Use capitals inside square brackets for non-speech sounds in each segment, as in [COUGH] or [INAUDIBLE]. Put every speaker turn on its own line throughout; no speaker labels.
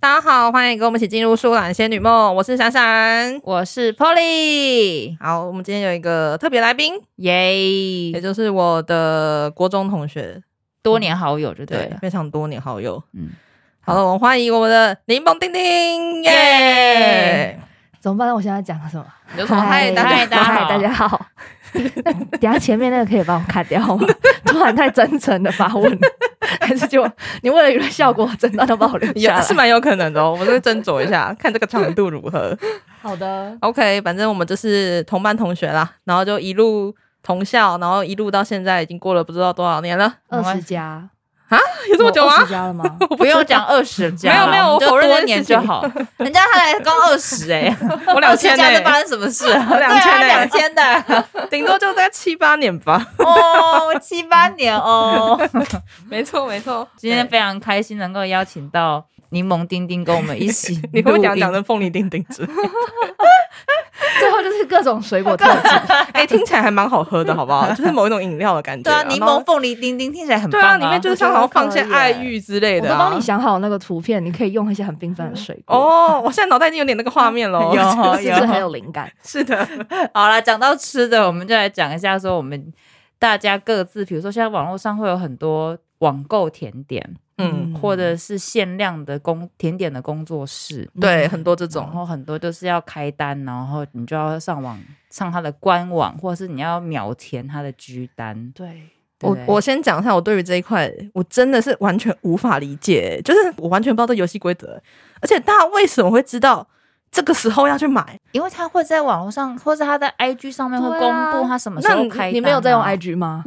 到，欢迎跟我们一起进入《舒懒仙女梦》，我是闪闪。
我是 Polly，
好，我们今天有一个特别来宾，也
耶，
就是我的国中同学，
多年好友就对
对
了，，
非常多年好友。
嗯，
好了，我们欢迎我们的柠檬丁丁，耶
耶！
怎么办？我现在讲什么？
有什么
嗨大家
嗨大
嗨
家
大家好。那 [LAUGHS] 等一下前面那个可以帮我砍掉吗？ [LAUGHS] 突然太真诚的发 [LAUGHS] 问，还是就你为了娱乐效果，整段都帮我留
也
下来？
是蛮有可能的哦，我们再斟酌一下， [LAUGHS] 看这个长度如何。
好的，
OK，反正我们就是同班同学啦，然后就一路同校，然后一路到现在已经过了不知道多少年了， [LAUGHS]
二十加
有这么久
二
吗
十？加了吗？
不用讲二十加，
[LAUGHS] 没有没有
我们就
我否认
多
这件
年
事情
就好。 [LAUGHS] 人家他才刚二十哎，
[LAUGHS] 我两千
20加
呢
是发生
[LAUGHS]
什么事啊？
我两千欸
对啊两千的
[LAUGHS] 顶多就在七八年吧。
哦，七八
[LAUGHS]
年哦。
没错，没错。
今天非常开心能够邀请到柠檬丁丁跟我们一起
[LAUGHS] 你会不会
录
讲
音
讲成凤梨丁丁汁？
最后就是各种水果特辑，
[LAUGHS] 哎、听起来还蛮好喝的，好不 [LAUGHS] 好？就是某一种饮料的感觉、
对啊，柠檬
然后。
凤梨丁丁听起来很
对
棒
啊，里面就是像好像
我觉得
放一些
可以耶
爱玉之类
我
的、
都
啊。
帮你想好那个图片，你可以用一些很缤纷的水果，
哦，我现在脑袋已经有点那个画面 [LAUGHS] 喽。
有
是不是很有灵感？
是的，
好了，讲到吃的，我们就来讲一下说我们大家各自，比如说现在网络上会有很多网购甜点，
嗯，
或者是限量的工甜点的工作室。
对，很多这种
然。后很多就是要开单，然后你就要上网上它的官网，或是你要秒填它的居单。
对，
我
对不对
我先讲一下，我对于这一块，我真的是完全无法理解，就是我完全不知道这游戏规则，而且大家为什么会知道这个时候要去买？
因为它会在网络上，或是它在 IG 上面会
对
公
啊
布它什么时
那
候
你
开单啊、
你没有在用 IG 吗？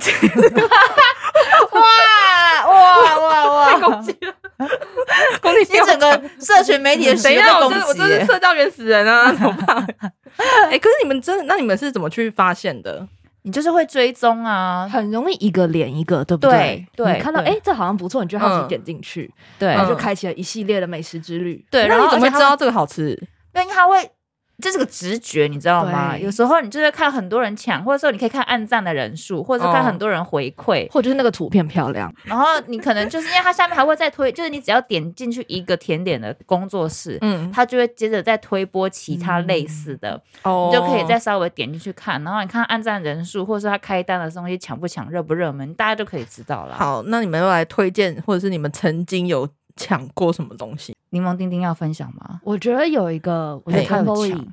哇 [LAUGHS] 哇哇哇！ [LAUGHS]
攻击
你整个社群媒体的
等
谁
一
在
下，
攻
我真
击
的
耶、
我真的是社交原始人 [LAUGHS] 啊，怎么办？哎、可是你们真的，那你们是怎么去发现的？
你就是会追踪啊，
很容易一个连一个，对不
对对
你看到
对
哎，这好像不错，你就好
嗯
奇点进去，
对
然后就
嗯
开启了一系列的美食之旅。
对，
那
然
你
后
怎么
而
会
且他
知道这个好吃？
对，因为他会，这是个直觉，你知道吗？
对
有时候你就会看很多人抢，或者说你可以看按赞的人数，或者是看
哦
很多人回馈，
嗯
或者就是那个图片漂亮，
然后你可能就是因为它下面还会再推，就是你只要点进去一个甜点的工作室。
嗯，
它就会接着再推播其他类似的，
哦
你就可以再稍微点进去看，然后你看按赞人数，或者是它开单的东西抢不抢、热不热门，大家就可以知道了。，
好，那你们又来推荐，或者是你们曾经有抢过什么东西？
柠檬丁丁要分享吗？
我觉得有一个，我觉
哎
得
还
t
有
o
墙
m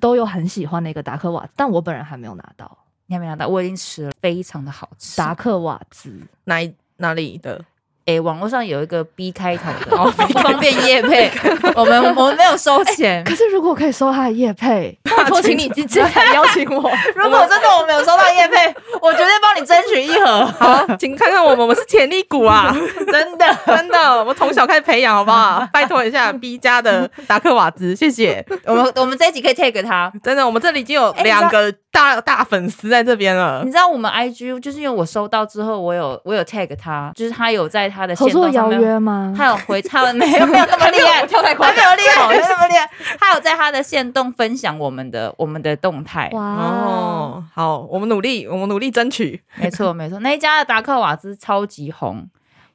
都有很喜欢的一个达克瓦，但我本人还没有拿到
你还没拿到，我已经吃了，非常的好吃。
达克瓦兹，
哪一哪里的？
诶，网络上有一个 B 开头的，哦、不 [LAUGHS] 方便夜 [LAUGHS] 配，我们我们没有收钱。
[LAUGHS] 可是如果可以收他的叶配，拜托请你直接来邀请我。
[LAUGHS] 如果真的我没有收到夜 [LAUGHS] 配，我绝对帮你争取一 [LAUGHS] 盒，
[LAUGHS] 好，请看看我们，我们是潜力股啊！
真的。
真的，我从小开始培养，好不好？拜托一下 B 家的达克瓦兹，谢谢。
我们我们这一集可以 take 他。
真的，我们这里已经有
哎
两个大、大粉丝在这边了
你。知道我们 IG 就是因为我收到之后，我有我有 tag 他，就是他有在他的
合
线
作
动上
邀
面
约吗？
他有回，他有没有没有那么厉害，跳太快， [LAUGHS] 没有厉害，没有那么厉害。他有在他的线动分享我们的我们的动态，
嗯
哇，
哦，好，我们努力，我们努力争取。 [LAUGHS]
没错没错，那一家的达克瓦兹超级红，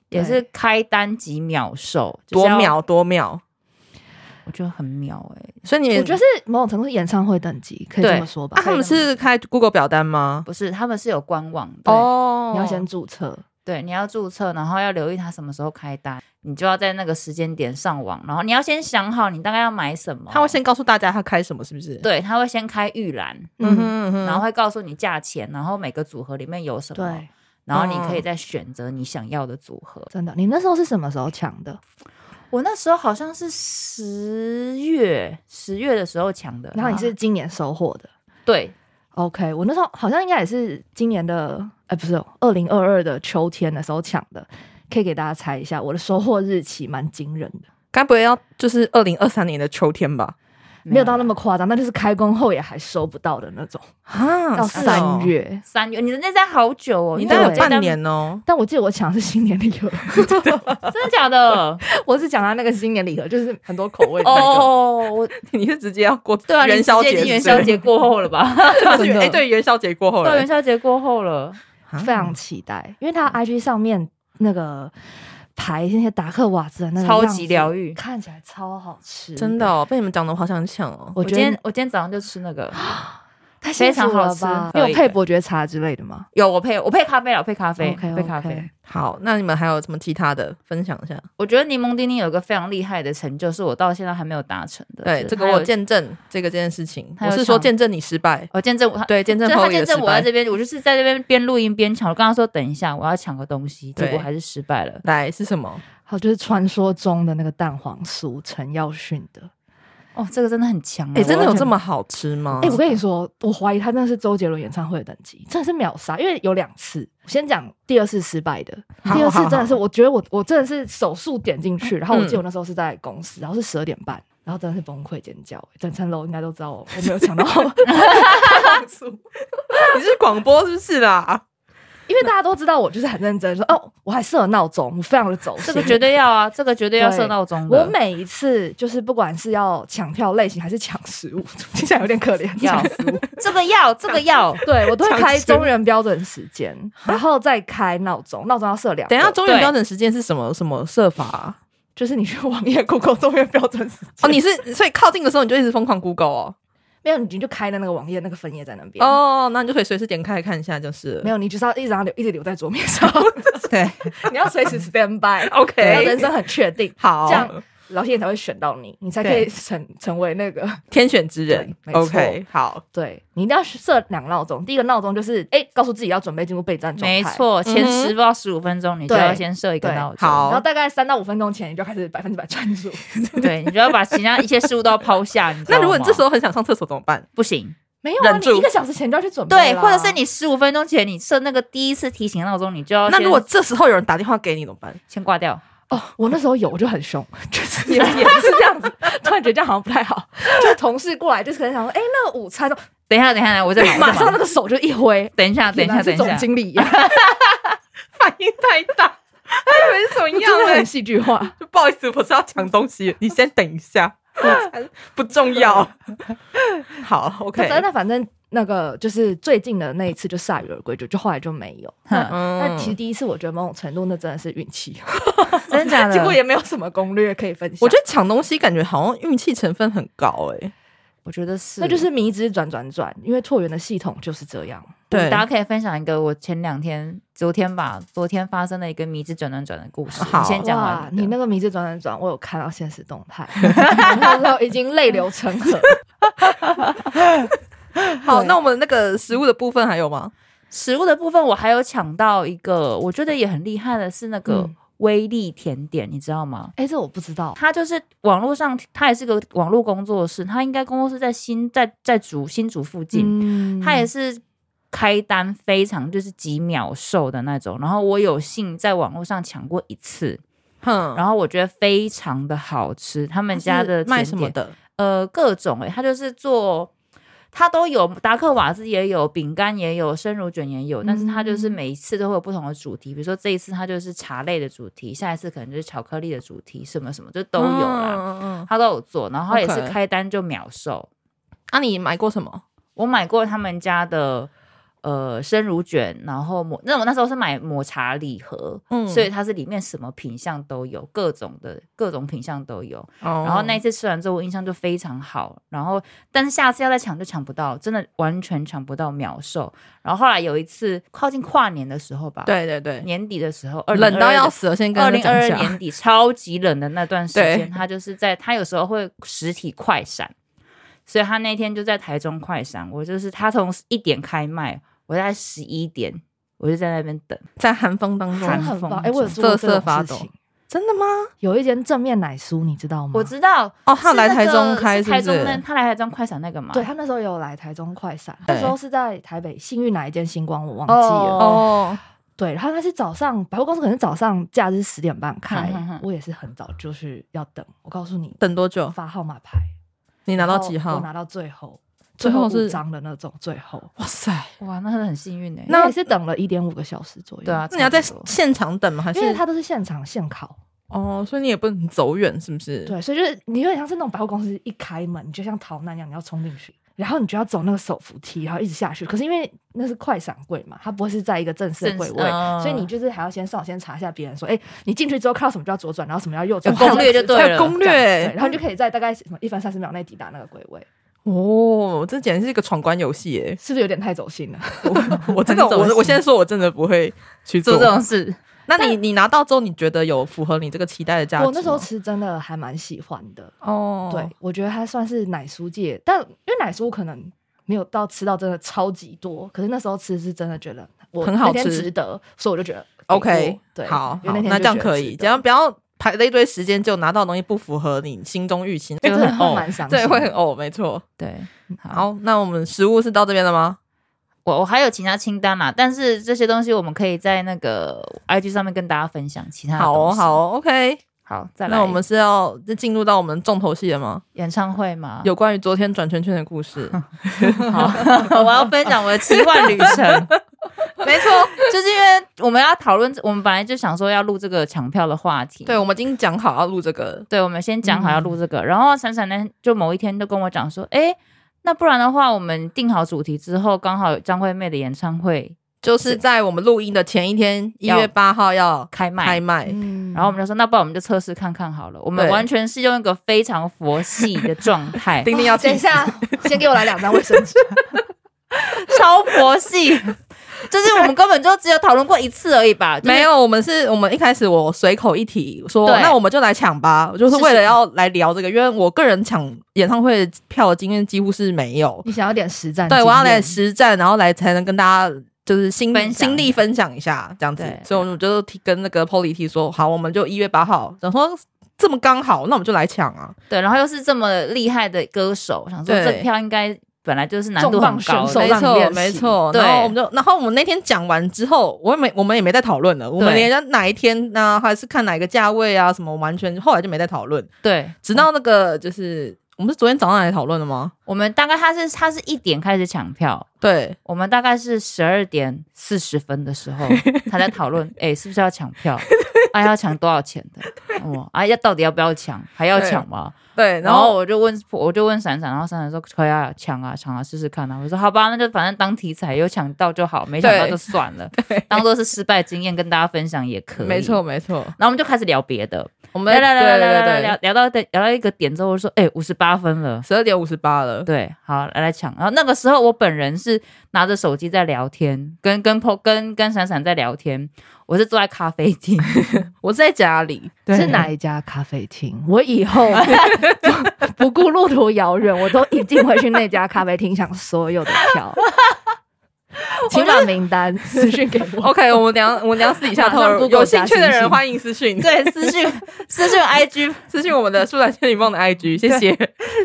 也是开单即秒售，就是
多
要，
秒多秒，
我觉得很秒哎、
所以你
我
们
觉得是某种程度是演唱会等级，可以
对
这么说吧
啊，。他们是开 Google 表单吗？
不是，他们是有官网的，
哦
你要先注册，
对，你要注册，然后要留意他什么时候开单，你就要在那个时间点上网，然后你要先想好你大概要买什么，
他会先告诉大家他开什么，是不是？，
对，他会先开预览，
嗯哼嗯
嗯，
哼
然后会告诉你价钱，然后每个组合里面有什么，
对，
然后你
嗯
可以再选择你想要的组合。
真的。你那时候是什么时候抢的？
我那时候好像是十月十月的时候抢的，
然后你是今年收获的。
对
OK，我那时候好像应该也是今年的，哎，不是二零二二的秋天的时候抢的，可以给大家猜一下，我的收获日期蛮惊人的，
该不会要就是二零二三年的秋天吧？
没有到那么夸张，那就是开工后也还收不到的那种，
啊
嗯
到
哦
三，
是
月。
三月，你的那家好久哦，
哦你
因
大
为
概
我
有
这张
半，年哦。
但我记得我抢的是新年礼盒， [LAUGHS]
真的
[LAUGHS]
假的？
我是抢他那个新年礼盒，就是很多口味的那
[LAUGHS]
个。
哦，我
[LAUGHS] 你是直接要过
对啊，你
元宵
直接已
节，
经元宵节过后了吧？
是不是，
真的
哎，对，元宵节 [LAUGHS] 过后
到
了
元，宵节过后了，
啊
非常期待，因为他 IG 上面那个排那些达克瓦兹的那个
超
样
级
子
疗愈
看起来超好吃，
真的、哦、被你们讲的，我好想抢哦。
我
我
觉
今
得
天我今天早上就吃那个，
太
非
幸
常
福
好
了
吃
吧？
可
你有
以
配
的
伯爵茶之类的吗？
有我配我配咖啡了，我配咖啡
OK，
配咖啡。
OK
好，那你们还有什么其他的分享一下？
我觉得柠檬丁丁有一个非常厉害的成就，是我到现在还没有达成的。
对，
就是
这个
还有
我见证这个这件事情，
还
我
有
是说
抢
见证你失败，
我见证我。
对，见证
就是
朋
他
友也
见
失
证我在
败
这。边，我就是在这边边录音边抢。我跟他说等一下，我要抢个东西，结
对
果还是失败了。
来是什么？
还有就是传说中的那个蛋黄酥，陈耀迅的。
哦，这个真的很强、啊！
哎、真的
我
有
完全
这么好吃吗？
哎、我跟你说，我怀疑他真的是周杰伦演唱会的等级，真的是秒杀。因为有两次，我先讲第二次失败的，
好
第二次
好
真的是，
好
我觉得我我真的是手速点进去，然后我记得
嗯
我那时候是在公司，然后是十二点半，然后真的是崩溃尖叫，欸整层楼应该都知道我我没有抢到， [LAUGHS]
[LAUGHS] 你是广播是不是啊啦？
因为大家都知道我就是很认真说，哦，我还设闹钟，我非常的走
这
心
个。绝对要啊，这个绝对要设闹钟的。
我每一次就是不管是要抢票类型还是抢食物， [LAUGHS] 听起来有点可怜，
要这个 [LAUGHS] 要这个要，
对我都会
抢
开
食物啊
中原标准时间，然后再开闹钟，闹钟要设两个。
等一下，中原
对
标准时间是什么什么设法啊、
就是你去网页 Google 中原标准时间
哦，你 [LAUGHS] 是所以靠近的时候你就一直疯狂 Google 哦。
没有，你就开的那个网页那个分页在那边。
哦，那你就可以随时点开来看一下，就是了
没有，你就是要一直让它留，一直留在桌面上，
对
[LAUGHS] 你要随时 stand by，你要人
哦 [LAUGHS] ，OK，
生很确定，
[LAUGHS] 好，
这样老天爷才会选到你，你才可以
对
成成为那个。
天选之人
对没错
，OK，好，
对你一定要设两个闹钟，第一个闹钟就是哎、告诉自己要准备进入备战状态，
没。错，前
嗯哼
十到十五分钟你就
对
要先设一个
对
闹钟，
好
然后大概三到五分钟前，你就开始百分之百专
[LAUGHS]
注。
对，你就要把其他一切事物都要抛下。你知道
那如果你
吗
这时候很想上厕所怎么办？
不行，
没有啊，
忍
你
住
一个小时前就要去准备啦。
对，或者是你十五分钟前你设那个第一次提醒闹钟，你就要
那
先
如果这时候有人打电话给你怎么办？
先挂掉，
哦，我那时候有，我就很凶， [LAUGHS] 就是也也是这样子。 [LAUGHS] 突然觉得这样好像不
[LAUGHS]
太好，就是同事过来，就是可能想说，哎、那个午餐哦，
等一下，等一下，我再
[LAUGHS] 马上那个手就一挥，
等一下，等一下，
是
等一
总
下，
经理一样，
[LAUGHS]
反应太大，还以为是什么
真的
欸
很戏剧化。
[LAUGHS]
就不好意思，我是要抢东西，你先等一下， [LAUGHS] 不重要。 [LAUGHS] 好
反
，OK，
正那反正那个就是最近的那一次就铩羽而归，就就后来就没有。那
哼
嗯
那其实第一次，我觉得某种程度那真的是运气，
[LAUGHS] 真的假的？
[LAUGHS] 结果也没有什么攻略可以分享。
我觉得抢东西感觉好像运气成分很高哎、
我觉得是，
那就是迷之转转转，因为拓元的系统就是这样。
[LAUGHS] 对
大家可以分享一个我前两天、昨天吧，昨天发生的一个迷之转转转的故事。
好
你先讲
哇
完，
你
的
那个迷之转转转，我有看到现实动 [LAUGHS] 态，然后已经泪流成 [LAUGHS] 河。
好，
对
那我们那个食物的部分还有吗？
食物的部分，我还有抢到一个，我觉得也很厉害的是那个
嗯
威力甜点，你知道吗？
哎，这我不知道。
他就是网络上，他也是个网络工作室，他应该工作室在新在在竹新竹附近，
嗯
他也是开单非常就是几秒售的那种。然后我有幸在网络上抢过一次，
哼，
然后我觉得非常的好吃。他们家的
是卖
甜
什么
点
的？
呃各种诶、欸，它就是做。它都有，达克瓦兹也有，饼干也有，生乳卷也有，但是它就是
嗯
每一次都会有不同的主题，比如说这一次它就是茶类的主题，下一次可能就是巧克力的主题，什么什么就都有啦，
嗯嗯嗯。
它都有做，然后它也是
OK
开单就秒售。
啊，你买过什么？
我买过他们家的呃生乳卷，然后抹，那我那时候是买抹茶礼盒，
嗯
所以它是里面什么品相都有，各种的各种品相都有。
哦
然后那一次吃完之后，我印象就非常好。然后，但是下次要再抢就抢不到，真的完全抢不到秒售。然后后来有一次靠近跨年的时候吧，，
对对对，
年底的时候，
冷到要
死。
死了，先跟
二
大家
零
讲
二
一
二
下
年底超级冷的那段时
对
间，他就是在他有时候会实体快闪，所以他那天就在台中快闪。我就是他从一点开卖，我在十一点我就在那边等。
在寒风当
真的
中，
很
寒
棒。
风
哎、我有做过这
瑟瑟
种
发
事
抖
情。
真的吗？
有一间正面奶酥，你知道吗？
我知道
哦，他
是
来
那
台中
个
开
是
哦是不
台中那
是？
他来台中快闪那个嘛，
对他那时候有来台中快闪，
对
那时候是在台北幸运哪一间星光，我忘记了。
哦
哦，
对，然后他是早上百货公司可能早上假日十点半开，
哼哼哼
我也是很早就是要等。我告诉你，
等多久？
发号码牌，
你拿
拿
到几
哦我
号？
拿到最后，
最后
后
是
五张的那种，最后
哇塞！
哇，那真的很幸运哎、
那
那也是等了一点五个小时左右。
对啊，
那你要在
差不多
现场等吗？还是
因为他都是现场现烤，
哦，所以你也不能走远，是不是？
对，所以就是你有点像是那种百货公司一开门，你就像逃难一样，你要冲进去，然后你就要走那个手扶梯，然后一直下去。可是因为那是快闪柜嘛，它不会是在一个正式的
正
柜
式
位，
嗯
所以你就是还要先上网先查一下别人说，哎、你进去之后看到什么就要左转，然后什么要右
有
转，
攻略就对
还有
了。
攻
这样对
略
然后你就可以在大概什么一分三十秒内抵达那个柜位，
哦，这简直是一个闯关游戏
[LAUGHS]
耶！
是不是有点太走心了？
我我真的
很走
我
心
我先说，我真的不会去
做
做
这种。事，
那你你拿到之后，你觉得有符合你这个期待的价值吗？
我那时候吃真的还蛮喜欢的，
哦，
对，我觉得它算是奶酥界，但因为奶酥可能没有到吃到真的超级多，可是那时候吃是真的觉得我
很好
那天
吃
值得，所以我就觉得给
哦，OK，
过对，
好，
因
好
为天
那
就
这样
觉得
可
值
以，
得
只要不要排了一堆时间，就拿到的东西不符合你心中预期，
[LAUGHS] 因为
就
真的
很
会哦
呕，
蛮伤
哦 [LAUGHS]
心
对，
的，
会很呕，没错。
对，好，
好，那我们食物是到这边了吗？
我我还有其他清单啦，但是这些东西我们可以在那个 IG 上面跟大家分享其他的
好
东
哦，
西
好哦，OK。
好，再来，
那我们是要进入到我们重头戏了吗？
演唱会嘛， [LAUGHS]
有关于昨天转圈圈的故
[LAUGHS]
事，
好，我要分享我的奇幻旅
[LAUGHS]
程。没错，就是因为我们要讨论，我们本来就想说要录这个抢票的话题。
对，我嗯们已经讲好要录这个，
对，我们先讲好要录这个，然后闪闪呢，就某一天就跟我讲说，哎、那不然的话，我们定好主题之后，刚好有张惠妹的演唱会
就是在我们录音的前一天，一
要
月八号要
开麦，
开麦，
嗯
然后我们就说，那不然我们就测试看看好了。我们
对，
完全是用一个非常佛系的状态
丁丁要
等一
气死
下，先给我来两张卫生
[LAUGHS]
纸。
超佛系，就是我们根本就只有讨论过一次而已吧，就是
没有，我们是我们一开始我随口一提说，
对
那我们就来抢吧，就是为了要来聊这个，因为我个人抢演唱会票的经验几乎是没有，
你想要点实战经
对
验？
我要来实战，然后来才能跟大家就是心
分享
心力分享一下这样子
对，
所以我们就提跟那个 Polly 提说，好，我们就一月八号，然后这么刚好，那我们就来抢啊，
对，然后又是这么厉害的歌手，想说
对
这票应该本来就是难度
重
很
磅
高
选手
的
没
手。让
错
练习
没错，
对
然后我们就，然后我们那天讲完之后，我也没我们也没再讨论了，我们
对
连哪一天呢、还是看哪个价位啊什么，完全后来就没再讨论，
对，
直到那个就是我们是昨天早上来讨论的吗？
我们大概他是他是一点开始抢票，
对，
我们大概是十二点四十分的时候他在讨论，哎、是不是要抢票？啊，要抢多少钱的？哦，啊，要到底要不要抢？还要
对
抢吗？
对，
然
然
后
后
我就问，我就问闪闪，然后闪闪说可以啊，抢啊，抢啊，试试看啊。我说好吧，那就反正当题材，有抢到就好，没抢到
[LAUGHS] 对
就算了，当做是失败经验跟大家分享也可以。
没错。没错，
然后我们就开始聊别的，
我们
聊聊聊
对
聊聊
对
聊
对
聊聊到聊到一个点之后，我就说哎，五十八分了。
十二点五十八了，
对，好来来抢。然后那个时候我本人是拿着手机在聊天，跟跟 Po 跟跟闪闪在聊天，我是坐在咖啡厅， [LAUGHS]
我是在家里，
是哪一家咖啡厅？我以后不不 [LAUGHS] 顾路途遥远，我都一定会去那家咖啡厅抢所有的
[LAUGHS]
票。请把名单私讯给我。
OK，我们等一下我们等一下私底下透
马上
露，
Google
有兴趣的
加星
人
星
欢迎私讯，
对，私讯私讯 IG
私讯我们的舒展千里梦的 IG，谢谢。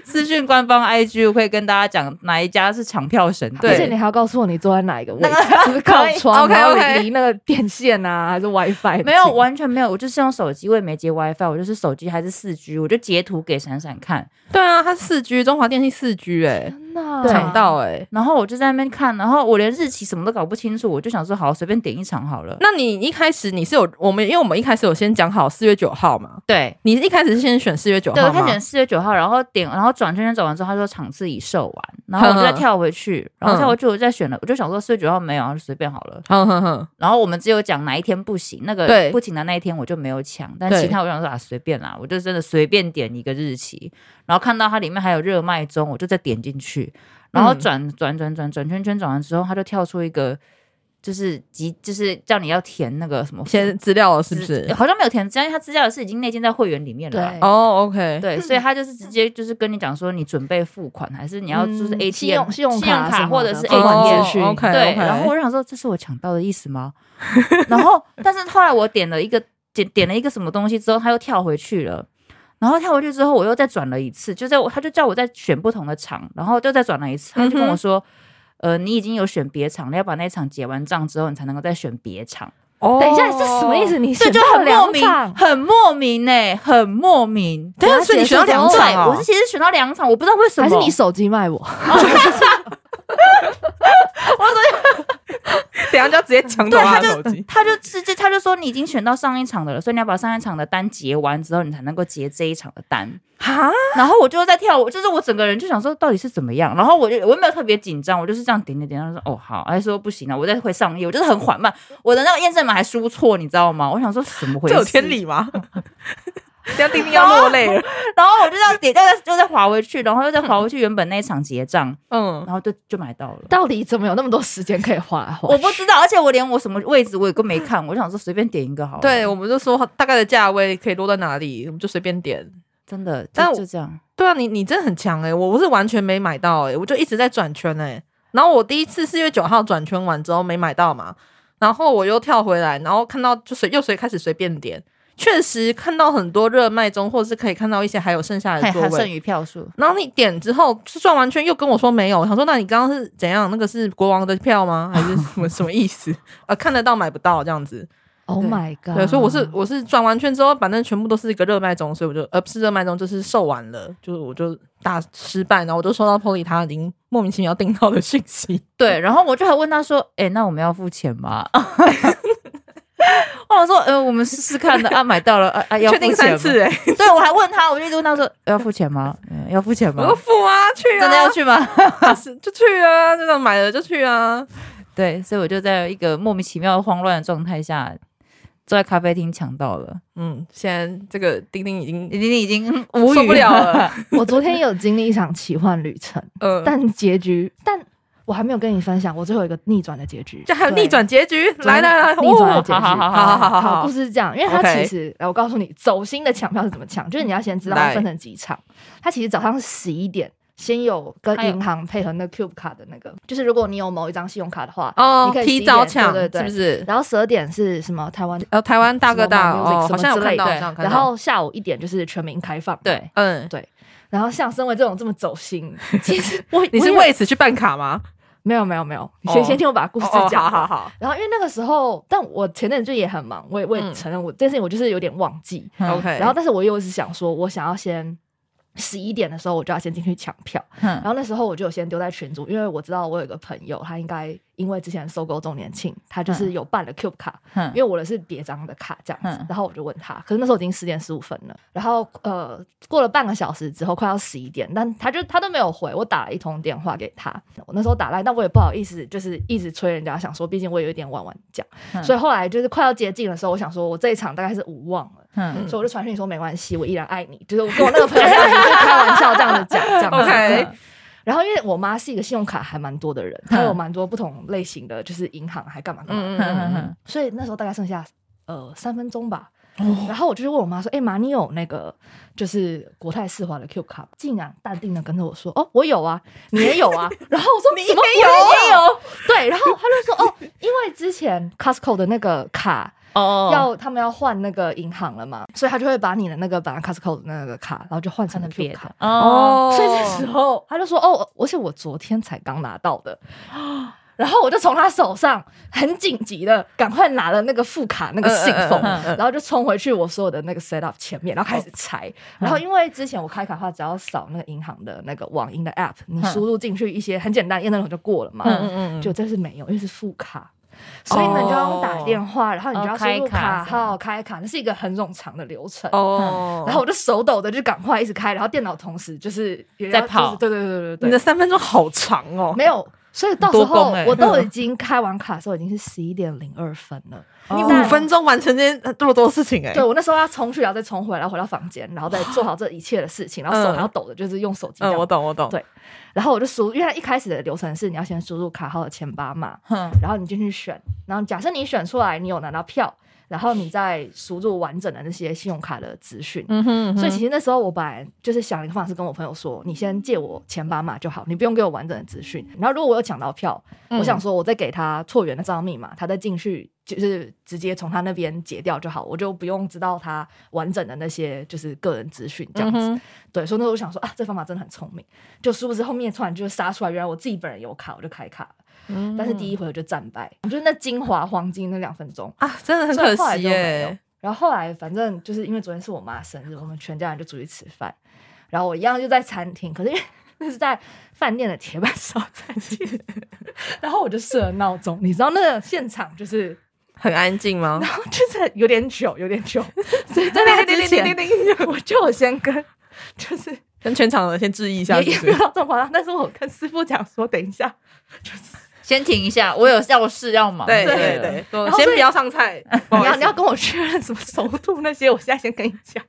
私讯官方 IG，我可以跟大家讲哪一家是抢票神
对
队。
而且你还要告诉我你坐在哪一个位置
那，
是不是靠窗，
可以
然后
OK，OK
离那个电线啊，还是 WiFi？
没有，完全没有，我就是用手机，我也没接 WiFi，我就是手机还是四 G，我就截图给闪闪看，
[LAUGHS] 对啊，它四 G，中华电信四 G，哎，
真的啊
对
抢到哎。
然后我就在那边看，然后我连日期什么都搞不清楚，我就想说好随便点一场好了。
那你一开始你是有我们，因为我们一开始有先讲好四月九号嘛，
对，
你一开始是先选四月九
对，我
号
开
吗
始？四月九号，然后点，然后转圈圈走完之后，他说场次已售完，然后我就再
嗯
跳回去，然后
嗯
跳回去我再选了，我就想说四月九号没有，然后就随便好了。
哼哼哼，
然后我们只有讲哪一天不行，那个
对
不行的那一天我就没有抢，但
对
其他我想说啊随便啦，我就真的随便点一个日期，然后看到它里面还有热卖中，我就再点进去，然后
嗯
转、转转转转圈圈转完之后，它就跳出一个就是即就是叫你要填那个什么
填资料了是不是？
好像没有填，但是它资料是已经内建在会员里面了啦。
对
哦，OK，
对，所以他就是直接就是跟你讲说，你准备付款，还是你要就是
嗯
ATM、
信用信用
信用
卡什
卡
么
或者
的
是
付款
ATM
资讯哦
o k
对，然后我就想说，这是我抢到的意思吗？然后，但是后来我点了一个点点了一个什么东西之后，他又跳回去了。然后跳回去之后，我又再转了一次，就在我他就叫我再选不同的场，然后就再转了一次，他
嗯
就跟我说，呃，你已经有选别场了，要把那一场结完账之后，你才能够再选别场。
等一下，这什么意思？？你
这
选
就
到
很莫
两
名
场，，
很莫名呢、很莫名。
等一啊下，所以你选到两
我要结束
场
对，
哦
我是其实选到两场，我不知道为什么。
还是你手机卖我？
[LAUGHS] 等一下就要直接抢走
对，他
他的 [LAUGHS] 嗯手
就
机。
他就直接他就说你已经选到上一场的了，所以你要把上一场的单结完之后，你才能够结这一场的单。
哈，
然后我就在跳舞，就是我整个人就想说到底是怎么样，然后我就我也没有特别紧张，我就是这样点点点，他说哦好，他说不行了，我再回上页，我就是很缓慢，我的那个验证码还输错，你知道吗？我想说什么回
这
事？
有天理吗？等一下丁丁 [LAUGHS] 要落 [LAUGHS] 泪了。
然后我就这样点，又再又再滑回去，然后又再滑回去原本那一场结账，
嗯，
然后就就买到了。
到底怎么有那么多时间可以画画？
我不知道，而且我连我什么位置我也都没看，我想说随便点一个好了。
对，我们就说大概的价位可以落到哪里，我们就随便点。
真的，
但
就
我
就这样。
对啊，你你真的很强哎、我不是完全没买到哎、我就一直在转圈哎、然后我第一次四月九号转圈完之后没买到嘛，然后我又跳回来，然后看到就随又随开始随便点，确实看到很多热卖中，或者是可以看到一些还有剩下的
还
座
还剩
位。
余票数，
然后你点之后是转完圈又跟我说没有，我想说那你刚刚是怎样？那个是国王的票吗？还是什么什么意思？ [LAUGHS] 呃，看得到买不到这样子。
Oh
对
my
啊
god！
对，所以我是我是转完圈之后，反正全部都是一个热卖中，所以我就呃不是热卖中，就是售完了，就是我就大失败，然后我就收到 Polly 他已经莫名其妙订到的讯息，
对，然后我就还问他说：“哎、那我们要付钱吗？”我想说：“呃，我们试试看的啊，买到了啊 [LAUGHS] 啊，要付
确
钱
定三
吗
次哎、
对，我还问他，我就一直问他说：“要付钱吗？嗯，要付钱
我
吗
说？付啊去啊，
真的要去吗
去就去啊，这种买了就去啊，？”
对，所以我就在一个莫名其妙慌乱的状态下，坐在咖啡厅抢到了，
嗯，现在这个钉钉已经
已经已经无语
受不了了，
[LAUGHS] 我昨天有经历一场奇幻旅程，
嗯，
但结局，但我还没有跟你分享，我最后有一个逆转的结局。
这还有
对
逆转结局，来来来，
逆转的
哦
结局，
好
好
好
好好
好，
好
故事是这样，因为它
OK
其实，呃来我告诉你，走心的抢票是怎么抢，就是你要先知道它
来
分成几场。它其实早上十一点，先有跟银行配合那 Cube 卡的那个，就是如果你有某一张信用卡的话，
哦
你可，以
提早抢
11点对对对
是不是？
然后十二点是什么台湾，
呃，台湾大哥大
什么 Music，
哦，
什
好
么
像有
之类
看到，
的
好像有看
然
到，
后下午一点就是全民开放。
对，
嗯，
然后像身为这种这么走心， [LAUGHS] 其实我
[LAUGHS] 你是
我也
为此去办卡吗？
没有没有没有，你
哦
先先听我把故事
哦哦
讲
好好
完。
好
然后因为那个时候，但我前阵子就也很忙，我也我也
嗯
承认我、这件事情我就是有点忘记。
，OK，
嗯然后但是我又是想说，我想要先十一点的时候我就要先进去抢票。
嗯
然后那时候我就有先丢在群组，因为我知道我有个朋友，他应该因为之前收购周年庆，他就是有办了 Cube 卡，
嗯
因为我的是别张的卡这样子
嗯。
然后我就问他，可是那时候已经十点十五分了。然后呃，过了半个小时之后，快要十一点，但他就他都没有回。我打了一通电话给他，我那时候打来，但我也不好意思，就是一直催人家，想说毕竟我也有一点晚晚讲，
嗯
所以后来就是快要接近的时候，我想说我这一场大概是无望了。
嗯
所以我就传讯说没关系，我依然爱你，就是我跟我那个朋友这样子 [LAUGHS] 开玩笑这样子讲，这样子。
OK
对然后因为我妈是一个信用卡还蛮多的人，她有蛮多不同类型的，就是银行还干嘛干嘛，
嗯嗯嗯嗯
嗯
所以那时候大概剩下呃三分钟吧。然后我就去问我妈说：“哎、妈，你有那个就是国泰世华的 Q 卡？”竟然淡定的跟着我说：“哦，我有啊，你也有啊。” [LAUGHS] 然后我说：“你也有，我也有。”对，然后她就说：“哦，因为之前 Costco 的那个卡
哦
要他们要换那个银行了嘛，所以他就会把你的那个本来 Costco 的那个卡，然后就换
可
成了
能别
Q
的
卡。
哦，
所以这时候他就说：“哦，而且我昨天才刚拿到的。” [GASPS] 然后我就从他手上很紧急的赶快拿了那个副卡那个信封，
嗯嗯嗯嗯哦
然后就冲回去我所有的那个 set up 前面，然后开始拆。
嗯
然后因为之前我开卡的话，只要扫那个银行的那个网银的 app，你输入进去一些很简单验证码就过了嘛。
嗯哦
嗯
就这是没有，因为是副卡，所以呢你就要用打电话，然后你就要输入
哦开卡
卡号、开卡，那是一个很冗长的流程。
哦，
嗯然后我就手抖的就赶快一直开，然后电脑同时就是也要
在跑
就是对对对对
你
对
的三分钟好长哦，
没有。所以到时
多
候
功欸
我都已经开完卡的时候已经是十一点零二分
[LAUGHS]
了，
你
但
哦五分钟完成这件这么多事情哎，
对我那时候要冲去，然后再冲回来，回到房间，然后再做好这一切的事情，然后手还要抖的，就是用手机这
嗯，
样
我懂我懂，
对然后我就输，因为它一开始的流程是你要先输入卡号的前八码，
哼
然后你进去选，然后假设你选出来，你有拿到票，然后你再输入完整的那些信用卡的资讯。
嗯哼
所以其实那时候我本来就是想了一个方式，跟我朋友说，你先借我前八码就好，你不用给我完整的资讯。然后如果我有抢到票，
嗯
我想说我再给他错员的账号密码，他再进去就是直接从他那边解掉就好，我就不用知道他完整的那些就是个人资讯这样子。
嗯哼
对，所以那时候我想说啊，这方法真的很聪明。就殊不知后面突然就杀出来，原来我自己本人有卡，我就开卡了。
嗯
但是第一回合就战败，就是那精华黄金那两分钟，
啊，真的很
所以后
可
来
惜
就没有
耶，。
然后后来反正就是因为昨天是我妈生日，我们全家人就出去吃饭，然后我一样就在餐厅，可是因为那是在饭店的铁板烧餐厅， [LAUGHS] 然后我就设了闹钟，你知道那个现场就是哦
很安静吗？
就是有点久，有点
[LAUGHS]
久，所以在那之前，我就有先跟就是
跟全场的先致意一下，
也
是
也
不
没有
是？
到这么夸张，但是我跟师傅讲说，等一下，
先停一下，我有要事要忙。
对
就
对
对了
对，我
后
先
所以
不要上菜，不好
你
意
要
思
你要跟我确认什么熟度那些，我现在先跟你
[LAUGHS]
讲。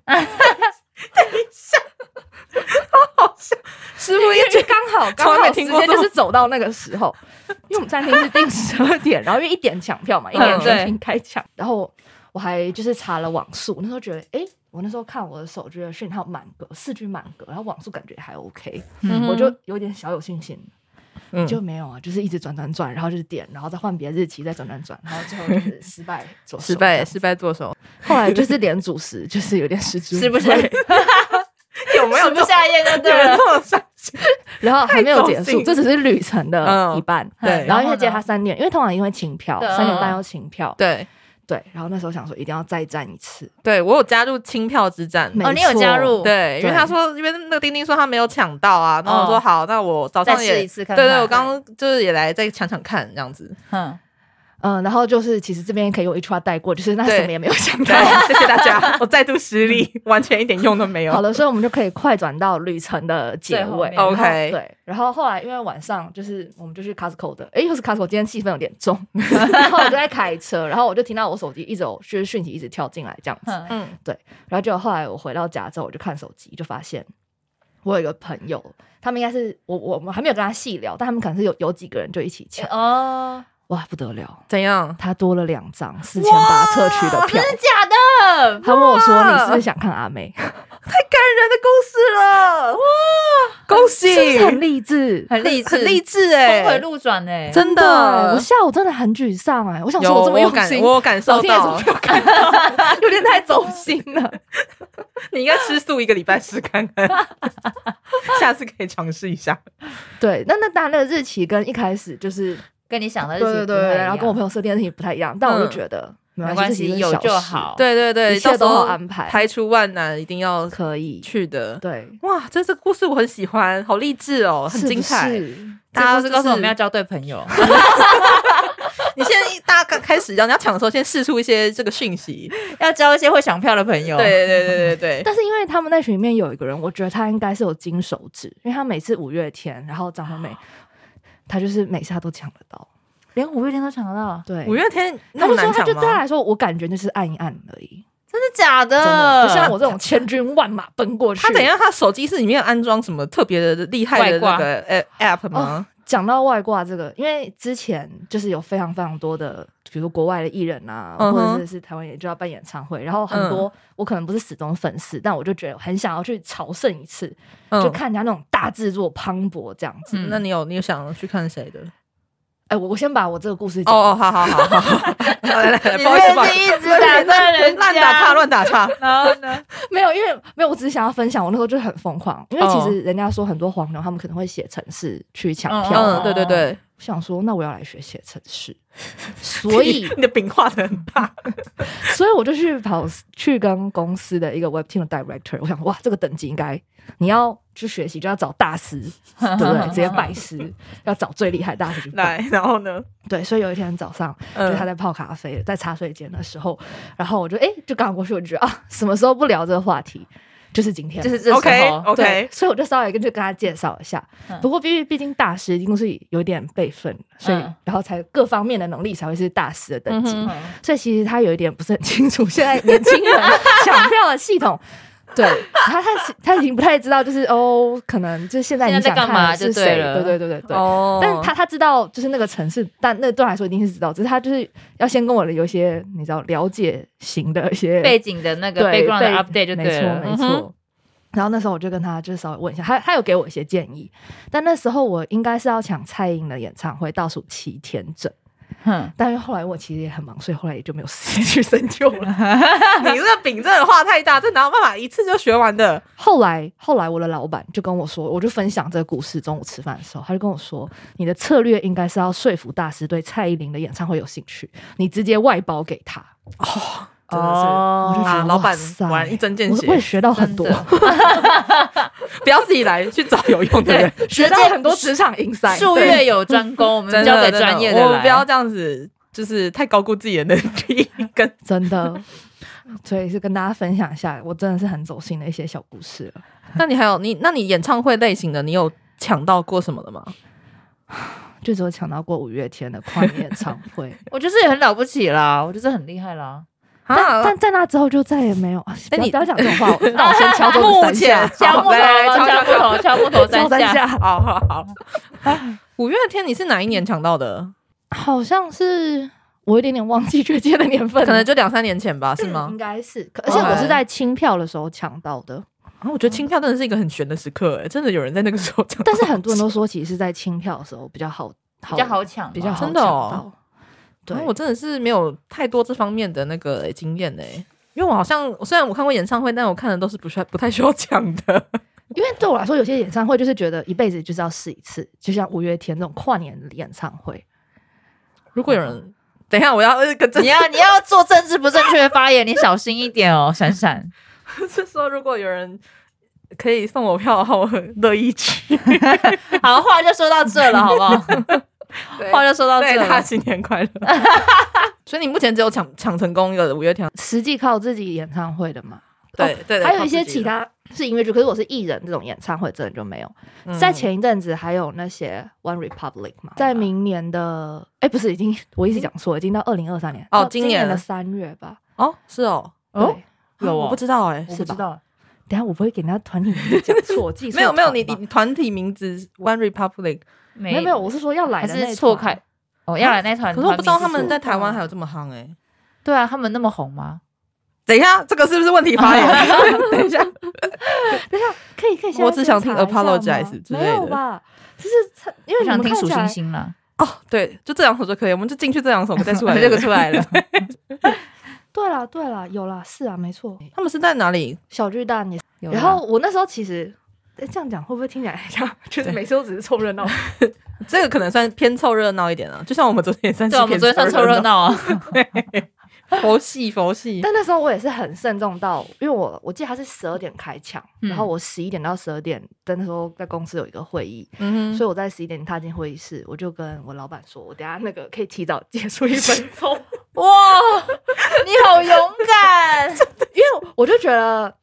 师傅一
就
直
刚好
从
刚
来没
好
听
时
过
间
这
就
种
是走到那个时候，因为我们餐厅是定十二点，然后因为一点抢票嘛，一点
嗯
全厅开抢，然后我还就是查了网速，那时候觉得哎。诶我那时候看我的手机的讯号满格，四 G 满格，然后网速感觉还 OK，、
嗯
我就有点小有信心，
嗯
就没有啊，就是一直转转转，然后就是点，然后再换别的日期，再转转转，然后最后就是失败左手
失败失败做
[LAUGHS]
手，
后来就是连主食就是有点失之，
是不是？
有 [LAUGHS] 没有
吃不下咽就
有
对
人
了。
这么上
[LAUGHS] 然后还没有结
太走
束，
心
这只是旅程的
嗯
一半。
对
然后因为
呢
接他三点，因为通常因为请票，
对
三点半要请票。
对
对，然后那时候想说一定要再战一次，
对，我有加入清票之战。
没
哦，你有加入？，
对，因为
对
他说，因为那个丁丁说他没有抢到啊，然后我说
哦
好，那我早
再
上也
试一次看看。
对对，我刚刚就是也来再抢抢看这样 [LAUGHS] 子。
嗯，
嗯，然后就是其实这边可以用一句话带过，就是那
对
什么也没有想到。
[LAUGHS] 对，谢谢大家，我再度失 [LAUGHS] 利，完全一点用都没
好
有。
了，所以我们就可以快转到旅程的结
最后
哎
尾。
面
然后
OK
对。然后后来因为晚上就是我们就去 Costco 的，哎，又是 Costco，今天气氛有点重。 [LAUGHS] 然后我就在开车，然后我就听到我手机一直有就是讯息一直跳进来这样子。
嗯
嗯，
然后就后来我回到家之后，我就看手机，就发现我有一个朋友，他们应该是我我我还没有跟他细聊，但他们可能是有有几个人就一起抢，
哦，
哇不得了，
怎样？
他多了两张四千八特区的票。 [LAUGHS]
真的假的？
他问我说：“你是不是想看阿妹？
太感人的故事了，哇！恭喜，
是不是很励志？
很励志，
很励志哎
峰，回路转哎，
真
我
的。
下午真的很沮丧哎，我想
有
说我这么
我
用
感
心，
我有感受
老天爷怎
到
么，没有看到， [LAUGHS] 有点太走心了。
[LAUGHS] 你应该吃素一个礼拜试看 [LAUGHS] 看，下次可以尝试一下。
对，那那当然那个日期跟一开始就是
跟你想的日期
对对对，对然后跟我朋
友
友设定的日期不太一样，但我就
嗯
觉得
没
没
关
关
系
系，这，
有
是
就
小事
好。
对对对，
一切都
到时
好
候
安排
排除万难，一定要
可以，
去的。
对，
哇，这这故事我很喜欢，好励志哦，很
是
精
不
彩。
是
大家
这
就
故事告诉
是
我们要交对朋友，
你现在大家开始要你要抢的时候，先试出一些这个讯息。
要交一些会抢票的朋友。
对，对对对对对，
但是因为他们那群里面有一个人，我觉得他应该是有金手指，因为他每次五月天，然后张惠
啊
妹，他就是每次他都抢得到。
连五月天都抢得到，
对，
五月天
他
那么
就说
难
他
抢
就对他
吗？
来说，我感觉就是按一按而已，
真的假
真的
的？
就像我这种千军万马奔过去。
呃他怎？样？他手机是里面有安装什么特别的厉害的那个呃 app 吗？
讲到外挂这个，因为之前就是有非常非常多的，比如国外的艺人啊，
嗯
或
哼嗯
者是是台湾也就要办演唱会，然后很多、我可能不是死忠粉丝，但我就觉得很想要去朝圣一次，就
嗯，
看人家那种大制作磅礴这样子。
嗯
那你有你有想去看谁的？
哎、我我先把我这个故事讲。
哦哦，好好好好好，来来来，
你
不好意思，不好
这
意思，
是一直打断人家，
乱打岔，。乱打岔。
然后呢？
[LAUGHS] 没有，因为没有，我只是想要分享，我那时候就很疯狂，因为其
哦
实人家说很多黄牛他们可能会写城市去抢
嗯
票嘛，
嗯，对对对，
我想说那我要来学写城
[LAUGHS]
市，所以
你的饼画的 [LAUGHS] 很大，
所以我就去跑去跟公司的一个 web team 的 director，我想哇这个等级应该你要去学习就要找大师，对不对？
[LAUGHS]
直接拜师，要找最厉害的大师去拜。
嗯 [LAUGHS] 来，然后呢？
对，所以有一天早上，就他
嗯，
在泡咖啡，在茶水间的时候，然后我就哎、就刚好过去，我就觉得啊什么时候不聊这个话题，就是今天，
就是这时
OK
候，
OK，
对，所以我就稍微跟就跟他介绍一下。
嗯
不过毕毕竟大师一定是有点辈分，所以、
嗯
然后才各方面的能力才会是大师的等级。
嗯
嗯
所以其实他有一点不是很清楚现在年轻
[LAUGHS]
人抢票的系统。对他，他他已经不太知道，就是哦，可能就是现在你
现在
想
在干嘛
看的是
就对
谁
了
对对对对对。
哦
但他他知道就是那个城市，但那对我来说一定是知道，只是他就是要先跟我的有一些你知道了解型的一些
背景的那个
对
background 的
对
update 就
没
对
错
了。
没错。
嗯
然后那时候我就跟他就是稍微问一下，他他有给我一些建议，但那时候我应该是要抢蔡依林的演唱会倒数七天整，
哼，
但是后来我其实也很忙，所以后来也就没有时间去深究
[LAUGHS]
了。
你这个饼真的画太大，这哪有办法一次就学完的？
后来后来我的老板就跟我说，我就分享这个故事，中午吃饭的时候，他就跟我说，你的策略应该是要说服大师对蔡依林的演唱会有兴趣，你直接外包给他。真的是，
哦
我就觉
啊，
得
老板
哇塞
果然一针见血
我 [LAUGHS] 我，也学到很多，
真的
不要自己来，去找有用的人。
学到很多职场 insight。
术业有专攻，我们
真
交
的
给
真
专业
的，
的
我
来。
们不要这样子，就是太高估自己的能力。跟
真的， [LAUGHS] 所以是跟大家分享一下，我真的是很走心的一些小故事了。
[LAUGHS] 那你还有你，那你演唱会类型的，你有抢到过什么的吗？
就只有抢到过五月天的跨年演唱会，
我就是也很了不起啦，我就是很厉害啦。
但
[LAUGHS] 啊，
但在那之后就再也没有。啊
那
不要
你
不要讲这种
[LAUGHS]
话，我那我先敲桌子
目
三下
前
敲木头，
来来敲
敲木头，敲木头
敲
三下。
下，
好好好。五月天，你是哪一年抢到的？
好像是我有点点忘记确切的年份了，嗯
可能就两三年前吧，是
应
吗？哦
该是。可而且我是在清票的时候抢到的，
啊，我觉得清票真的是一个很悬的时刻，哎，真的有人在那个时候抢到。
但是很多人都说，其实是在清票的时候比较好，
比较好抢吧，
比较好
真的
抢
哦
到。对
然啊后，我真的是没有太多这方面的那个、诶经验哎、因为我好像虽然我看过演唱会，但我看的都是不需要不太需要讲的。 [LAUGHS]
因为对我来说，有些演唱会就是觉得一辈子就是要试一次，就像五月天这种跨年演唱会，
如果有人，等一下我要呃跟这
你要你要做政治不正确的发言，你小心一点哦，闪闪。
[LAUGHS] 是说，如果有人可以送我票的话，我很乐意去。
好，话就说到这了，好不好？
[LAUGHS]
话就说到这
对，大家
了。
新年快乐。所以你目前只有抢抢成功一个五月天，
实际靠自己演唱会的嘛。
对对对，
还有一些
靠自己
其
了，
他是音乐剧，可是我是艺人这种演唱会真的就没有。
嗯
在前一阵子还有那些 One Republic 嘛，在明年的哎、不是已经我一直讲错，已经到二零二三年
哦
到
今
今
年
的三月吧。
哦是哦
哦，
对
有
我不
哦，
知道哎
我，
是
不
吧
知道。
等一下我不会给人家团体名字讲错，我记错
[LAUGHS] 没有没有，你
团吧
你团体名字 One Republic，
没
没有没有，我是说要来
还
的那
是
一
错
团
开。哦，要来那团，
可是我不知道他
团名
们
是
在台
嗯
湾还有这么夯哎。
对啊，他们那么红吗？
等一下，这个是不是问题发
[LAUGHS]
言？等一下，
等一下可以可以现在先查一下吗，
我只想听 Apologize 之类的
没有吧？就是因为
我想
你们
听
看
数
起来
星星啦。
哦，对，就这两首就可以，我们就进去这两首，我们再
[LAUGHS]
出来这个出来了。
对啦对啦，有啦，是啊，没错，
[LAUGHS] 他们是在哪里？
小巨蛋也。
有啦
然后我那时候其实。诶这样讲会不会听起来像，就是每次都只是凑热
[LAUGHS]
闹？
这个可能算偏凑热闹一点啊，就像我们昨天也算是
对，我们昨天算凑热闹啊。
偏凑热闹，佛系佛系。
但那时候我也是很慎重到，因为我我记得他是十二点开抢，
嗯
然后我十一点到十二点，但那时候在公司有一个会议，
嗯
所以我在十一点踏进会议室，我就跟我老板说，我等下那个可以提早结束一分钟， [LAUGHS]
哇，你好勇
[LAUGHS]
敢！
因为我就觉得。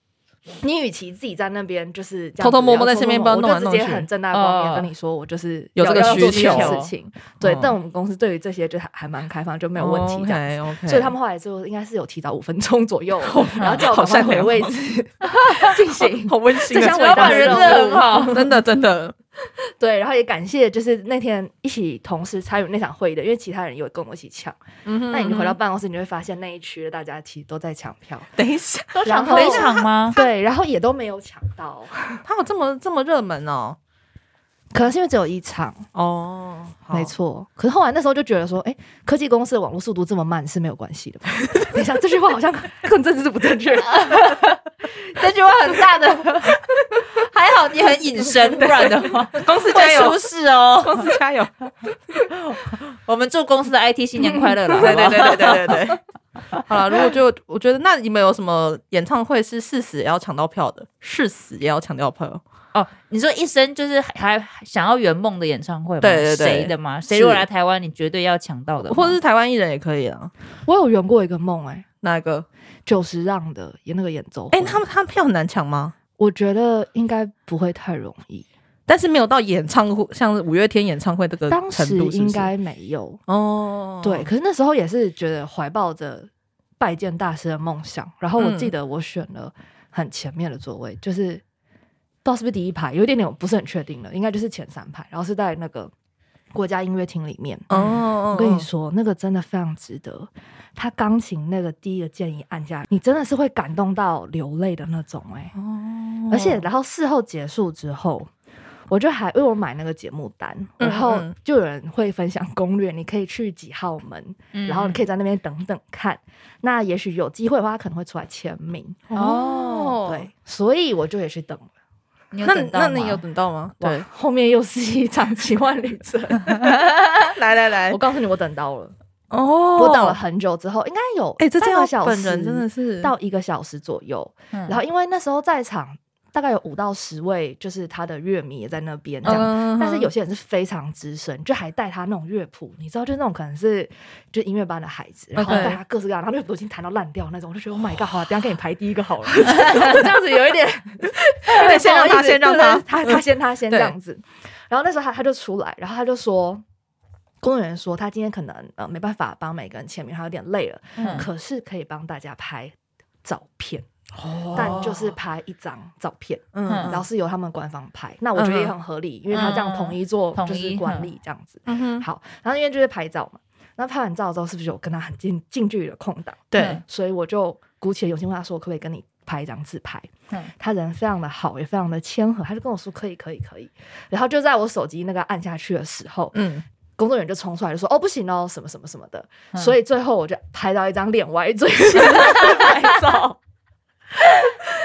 你与其自己在那边就是这样子
偷偷摸摸
然后
在身边
偷偷摸摸
帮弄来
我就直接
弄去
很正大光明
哦
地跟你说，我就是
有
要
这个
要做
需
件
求
事情。对
哦，
但我们公司对于这些就还还蛮开放，就没有问题这样子。
o k
所以他们后来就应该是有提早五分钟左右，然后叫我
好
赶快
善
回
良
位置哦 [LAUGHS] 进行。
好温馨
这
啊，
像
这
老板人真的很
[LAUGHS]
好。
真的真的，
[LAUGHS] 对，然后也感谢就是那天一起同时参与那场会议的，因为其他人有跟我一起抢。
嗯
那你回到办公室，你就会发现那一区的大家其实都在抢票，
等一下，
都抢
然后
同一场吗？
对，然后也都没有抢到，
他有这么这么热门哦，
[LAUGHS] 可能是因为只有一场，
哦，好
没，错。可是后来那时候就觉得说，哎，科技公司的网络速度这么慢是没有关系的吧。 [LAUGHS] 等一下，这句话好像 [LAUGHS] 更政治不正确。
这句话很
[LAUGHS]
大的，还好你很隐身，不然的
[LAUGHS]
话
公司加
会
油
出，事哦。
公司加油，
[LAUGHS] 我们祝公司的 IT 新年快乐
[LAUGHS]
啦！
对对
好不
对
好，
对对对对。 [LAUGHS] 好了，如果就我觉得，那你们有什么演唱会是誓死也要抢到票的？誓死也要抢到票？
哦，你说一生就是还还想要圆梦的演唱会吗？
对对对
谁的吗？谁
是
如果来台湾，你绝对要抢到的吗，
或者是台湾艺人也可以啊？
[LAUGHS] 我有圆过一个梦、诶
哪一个？
哎，九十让的演那个演奏会，
哎、他们他们票很难抢吗？
我觉得应该不会太容易，
但是没有到演唱会，像是五月天演唱会这个
当
呃程
时
度是不是，
应该没有。
哦，
对，可是那时候也是觉得怀抱着拜见大师的梦想，然后我记
嗯
得我选了很前面的座位，就是不知道是不是第一排，有一点点我不是很确定了，应该就是前三排，然后是在那个国家音乐厅里面。
哦，哦，
我跟你说，那个真的非常值得。他钢琴那个第一个键一按下，你真的是会感动到流泪的那种哎、
哦，
而且然后事后结束之后，我就还因为我买那个节目单，然后
嗯嗯
就有人会分享攻略，你可以去几号门，
嗯
然后你可以在那边等等看。那也许有机会的话，他可能会出来签名。
哦，
对，，所以我就也去等了。
你有
那
等到
那
吗
你有 [LAUGHS] 等到吗？
哇，，
[LAUGHS]
后面又是一场奇幻旅程。
来来来
我，告诉你，我等到了。
哎哦，
我等了很久之后，应该有
哎、这这
半
样
个小时，
本人真的是嗯
到一个小时左右。然
然
后因为那时候在场大概有五到十位，就是他的乐迷也在那边这样。
嗯
但是有些人是非常资深，就还带他那种乐谱，你知道，就那种可能是就音乐班的孩子，然后
OK
带他各式各样，然后乐谱都已经弹到烂掉那种，我就觉得 Oh my god，好啊，等一下给你排第一个好了，这样子有一点，有
对
点
先让
不好
他先让他
意思对对对他他先他先
对
这样子。然后那时候他他就出来，然后他就说。工作人员说，他今天可能呃没办法帮每个人签名，他有点累了，
嗯
可是可以帮大家拍照片，
哦
但就是拍一张照片。
嗯
嗯
然后是由他们官方拍，那我觉得也很合理，因为他这样统一做
统
就
一
是管理这样子。
嗯哼，
好，然后因为就是拍照嘛，那拍完照之后是不是有跟他很近近距离的空档？
[LAUGHS]
对，
所以我就鼓起了勇气问他说，可不可以跟你拍一张自拍？
嗯
他人非常的好，也非常的谦和，他就跟我说可以，可以，可以。然后就在我手机那个按下去的时候，
嗯，
工作人员就冲出来就说：“哦，不行哦，什么什么什么的。
嗯
所以最后我就拍到一张脸 [LAUGHS] 歪嘴的拍照。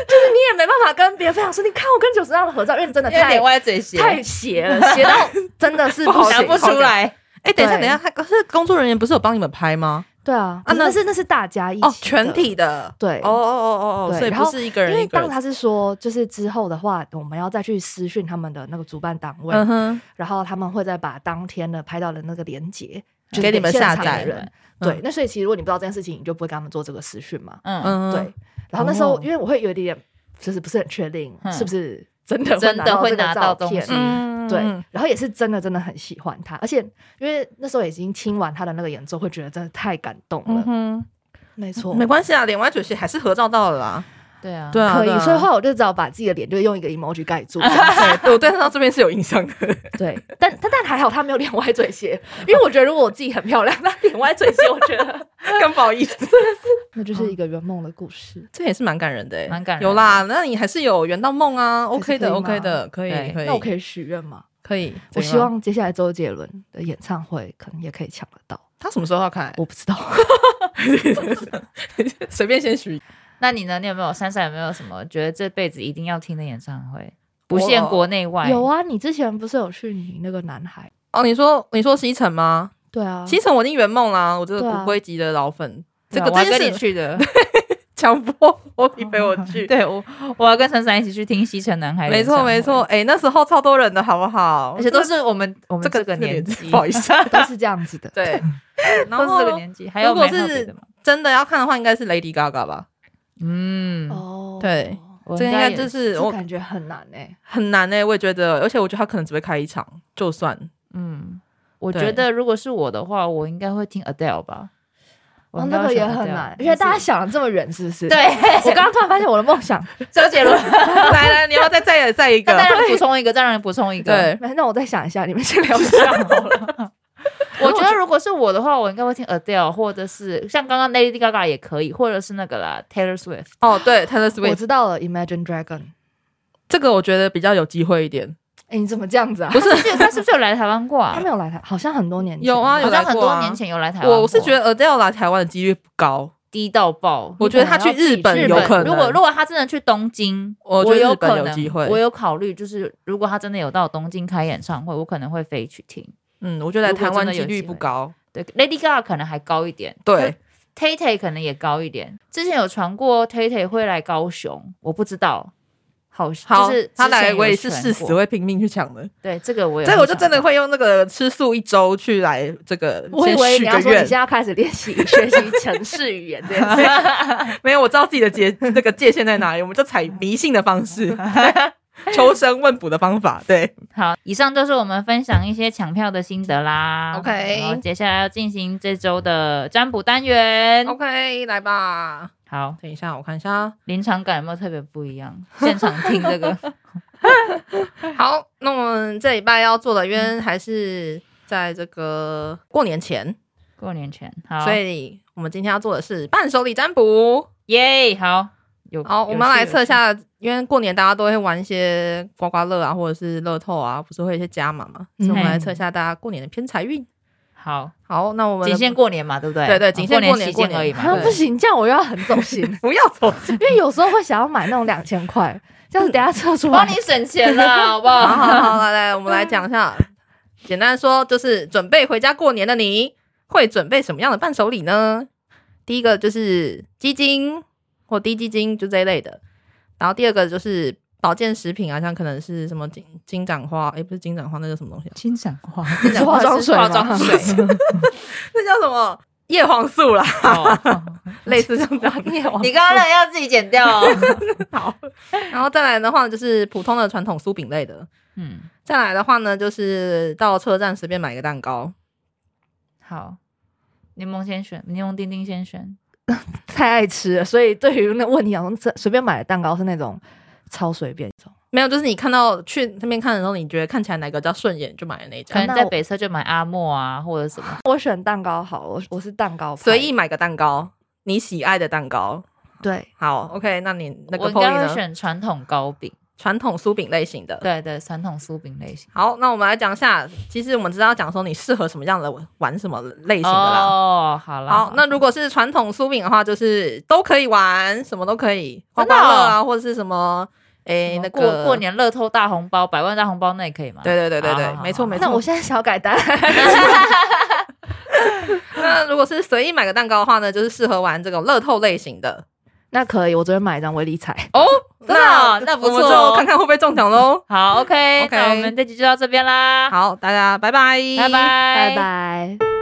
就是你也没办法跟别人分享说，你看我跟九十让的合照，因为你真的
因为
太
脸歪嘴斜，
太邪了，邪到真的是不
好
[LAUGHS]
行
想不出。
好
来。
哎、等一下，等
对
一下，他可是工作人员不是有帮你们拍吗？
对啊，
啊
啊，
那
那是那是大家一起
哦
的，
全体的，
对
哦哦哦哦哦，
对
所以
然
不
后
是一个
因
人
为
一个
当
人。
他是说，就是之后的话，我们要再去私讯他们的那个主办单位，
嗯哼，
然后他们会再把当天的拍到的那个链接就是
嗯给你们
现
下
场
载
的人。
嗯
对，那所以其实如果你不知道这件事情，你就不会跟他们做这个私讯嘛。
嗯
嗯，
嗯，
对，，然后那时候
哦
因为我会有一点点，就是不是很确定
嗯
是不是真的
真的会
会拿
拿
到
到
这
东
个照片
西。
嗯，
对，然后也是真的真的很喜欢他，而且因为那时候已经听完他的那个演奏，会觉得真的太感动
嗯
了。
哼，
没错，
没关系啊，脸歪嘴斜还是合照到了啦。
对啊，
对啊，
可以
对啊。[LAUGHS]
所以后来我就只好把自己的脸就用一个 emoji 盖住。
对我对他这边是有印象的。
对，但但但还好他没有脸歪嘴斜， [LAUGHS] 因为我觉得如果我自己很漂亮，那脸歪嘴斜，我觉得
更不好意思，
[LAUGHS]
[LAUGHS]
那就是一个圆梦的故事。
这也是蛮感人的欸，
蛮感人的
有啦，那你还是有圆到梦啊，OK 的
可以吗
，OK 的，可以
对，
可以，
那我可以许愿吗？
可以。
我
怎样
希望接下来周杰伦的演唱会可能也可以抢得到，
他什么时候要开，
我不知道。
随便先许。
那你呢？你有没有珊珊有没有什么觉得这辈子一定要听的演唱会？不限国内
哎
外，
有啊，你之前不是有去你那个男孩？
哦，你说你说西城吗？
对啊，
西城我已经圆梦啦，我这个
对啊
骨灰级的老粉，这
对啊
个
我要
这
跟
件
你
事
去的，
强迫我你陪我去。
[LAUGHS] 对我我要跟珊珊一起去听西城男孩，
没错没错，，哎，那时候超多人的好不好？
而且都是我们我们
这个
这个年
[LAUGHS]
纪，
不好意
[LAUGHS]
思，啊
都是这样子的。
对。然
都是这个
后
年纪，还有
如果
没有别
是
的吗
真的要看的话，应该是 Lady Gaga 吧？
嗯，
哦
对
我
这个应该
也
就是
我
我
感觉很难哎、
很难哎、我也觉得，而且我觉得他可能只会开一场，就算
[LAUGHS] 嗯，我
对
觉得如果是我的话，我应该会听 Adele 吧。我
哦，
应该
那个
会
也
选
很
Adele，
难，
但
因为大家
是
想的这么远，是不是？， [LAUGHS] 我
[LAUGHS]
[LAUGHS]
对
刚刚突然发现我的梦想， [LAUGHS]
周杰伦，
来来，你要再再再
[LAUGHS]
一
那
个
再，让你补充一个，再让你补充一个。
对，
没那我再想一下，你们先聊一下好了。
[LAUGHS] 我觉得如果是我的话，我应该会听 Adele，或者是像刚刚 Lady Gaga 也可以，或者是那个啦 Taylor Swift。
哦 [LAUGHS] 对，Taylor
我
Swift
知道了，Imagine Dragon。
这个我觉得比较有机会一点，
哎、你怎么这样子啊？
不是
他是他是不是有来台湾过啊
他？没有来台，好像很多年前
有啊
好像很
有来过
多
啊
年前有来台湾过。
我是觉得 Adele 来台湾的几率不高，
低到爆。
我觉得他去日本
日
有可能，
如果如果他真的去东京，
我
我
觉得日
有
本
可
有
能
机会
我有考虑，就是如果他真的有到东京开演唱会，我可能会飞去听。
嗯，我觉得来台湾几率不高，
对，Lady Gaga 可能还高一点，
对，
Tay Tay 可能也高一点。之前有传过 Tay Tay 会来高雄，我不知道，好，
好
就是，
他
之前
来
有
我也是
传
誓
过
死会拼命去抢的，
对这个我有，
这个我就真的。会用那个吃素一周去来这个，
我以
先
为
许
你
个
要说你
愿
现，在要开始练习学习城市语言这件 [LAUGHS] 事，
没有，我知道自己的界这个界限在哪里，我们就采迷信的方 [LAUGHS] 式，求神问卜的方法，对。
好，以上就是我们分享一些抢票的心得啦。
OK
然后接下来要进行这周的占卜单元。
OK，来吧。
好，
等一下，我看一下。
临场感有没有特别不一样？现场听
[LAUGHS]
这个，
好，那我们这礼拜要做的，因为还是在这个过年前，
过年前好，
所以我们今天要做的是伴手礼占卜。
耶好有
好，我们来测一，下，因为过年大家都会玩一些刮刮乐啊，或者是乐透啊，不是会有一些加码嘛？所以我们来测一下大家过年的偏财运。
好，
好，那我们的
仅限过年嘛，对不对？
对对
哦
仅限
过
过年
期
过
间
年
而已
啊
[LAUGHS]
嘛。
对
不行，这样我又要很走 [LAUGHS] 心，
不要 [LAUGHS] 走
因为有时候会想要买那种两千块，这样子等一下测出
帮
来
你。省钱啦，好不好？
[LAUGHS] 好好好，来来，我们来讲一下，简单说就是准备回家过年的你，会准备什么样的伴手礼呢？第一个就是鸡精或低鸡精，就这一类的。然后第二个就是保健食品啊，像可能是什么金金盏花，诶，不是金盏花，那叫什么东西、啊？
金盏花，
金
是
盏花
化妆水
化
吗
妆
[LAUGHS]
水， [LAUGHS] 那叫什么？叶黄素啦，
[LAUGHS]
类似像这样。
你也忘
你刚刚那个要自己剪掉哦。
好，然后再来的话就是普通的传统酥饼类的。
[LAUGHS] 嗯，
再来的话呢，就是到车站随便买个蛋糕。
好，柠檬先选，柠檬丁丁先选。
太爱吃了，所以对于那问题，好像这随便买的蛋糕是那种超随便那种。
没有，就是你看到去那边看的时候，你觉得看起来哪个比较顺眼，就买了那一
可
家，
能
那
在
我
北车就买阿莫啊，或者什么。
我选蛋糕好了，我我是蛋糕派
随意买个蛋糕，你喜爱的蛋糕。
对，
好，OK，那你那
哦我
个
应该
Polly
会
呢？
选传统糕饼，
传统酥饼类型的。
对对，传统酥饼类型。
好，那我们来讲一下，其实我们知道讲说你适合什么样的玩什么类型的啦。
哦，好了。
好，那如果是传统酥饼的话，就是都可以玩，什么都可以，刮
真的
刮
哦
乐啊，或者是什么，诶，
什
那
么
个
过过，年乐透大红包、百万大红包，那也可以吗？
对对对对
好
对
好，好
没错没错。
那我现在想要改单， [LAUGHS]
那如果是随意买个蛋糕的话呢，就是适合玩这种乐透类型的。
那可以，我昨天买一张威力彩，
哦，
真的
[LAUGHS] 那
啊
那不
我们
错
就
哦。
看看会不会中奖喽。
好，OK，
OK
那我们这集就到这边啦。，
好，大家拜拜，
拜拜，
拜拜。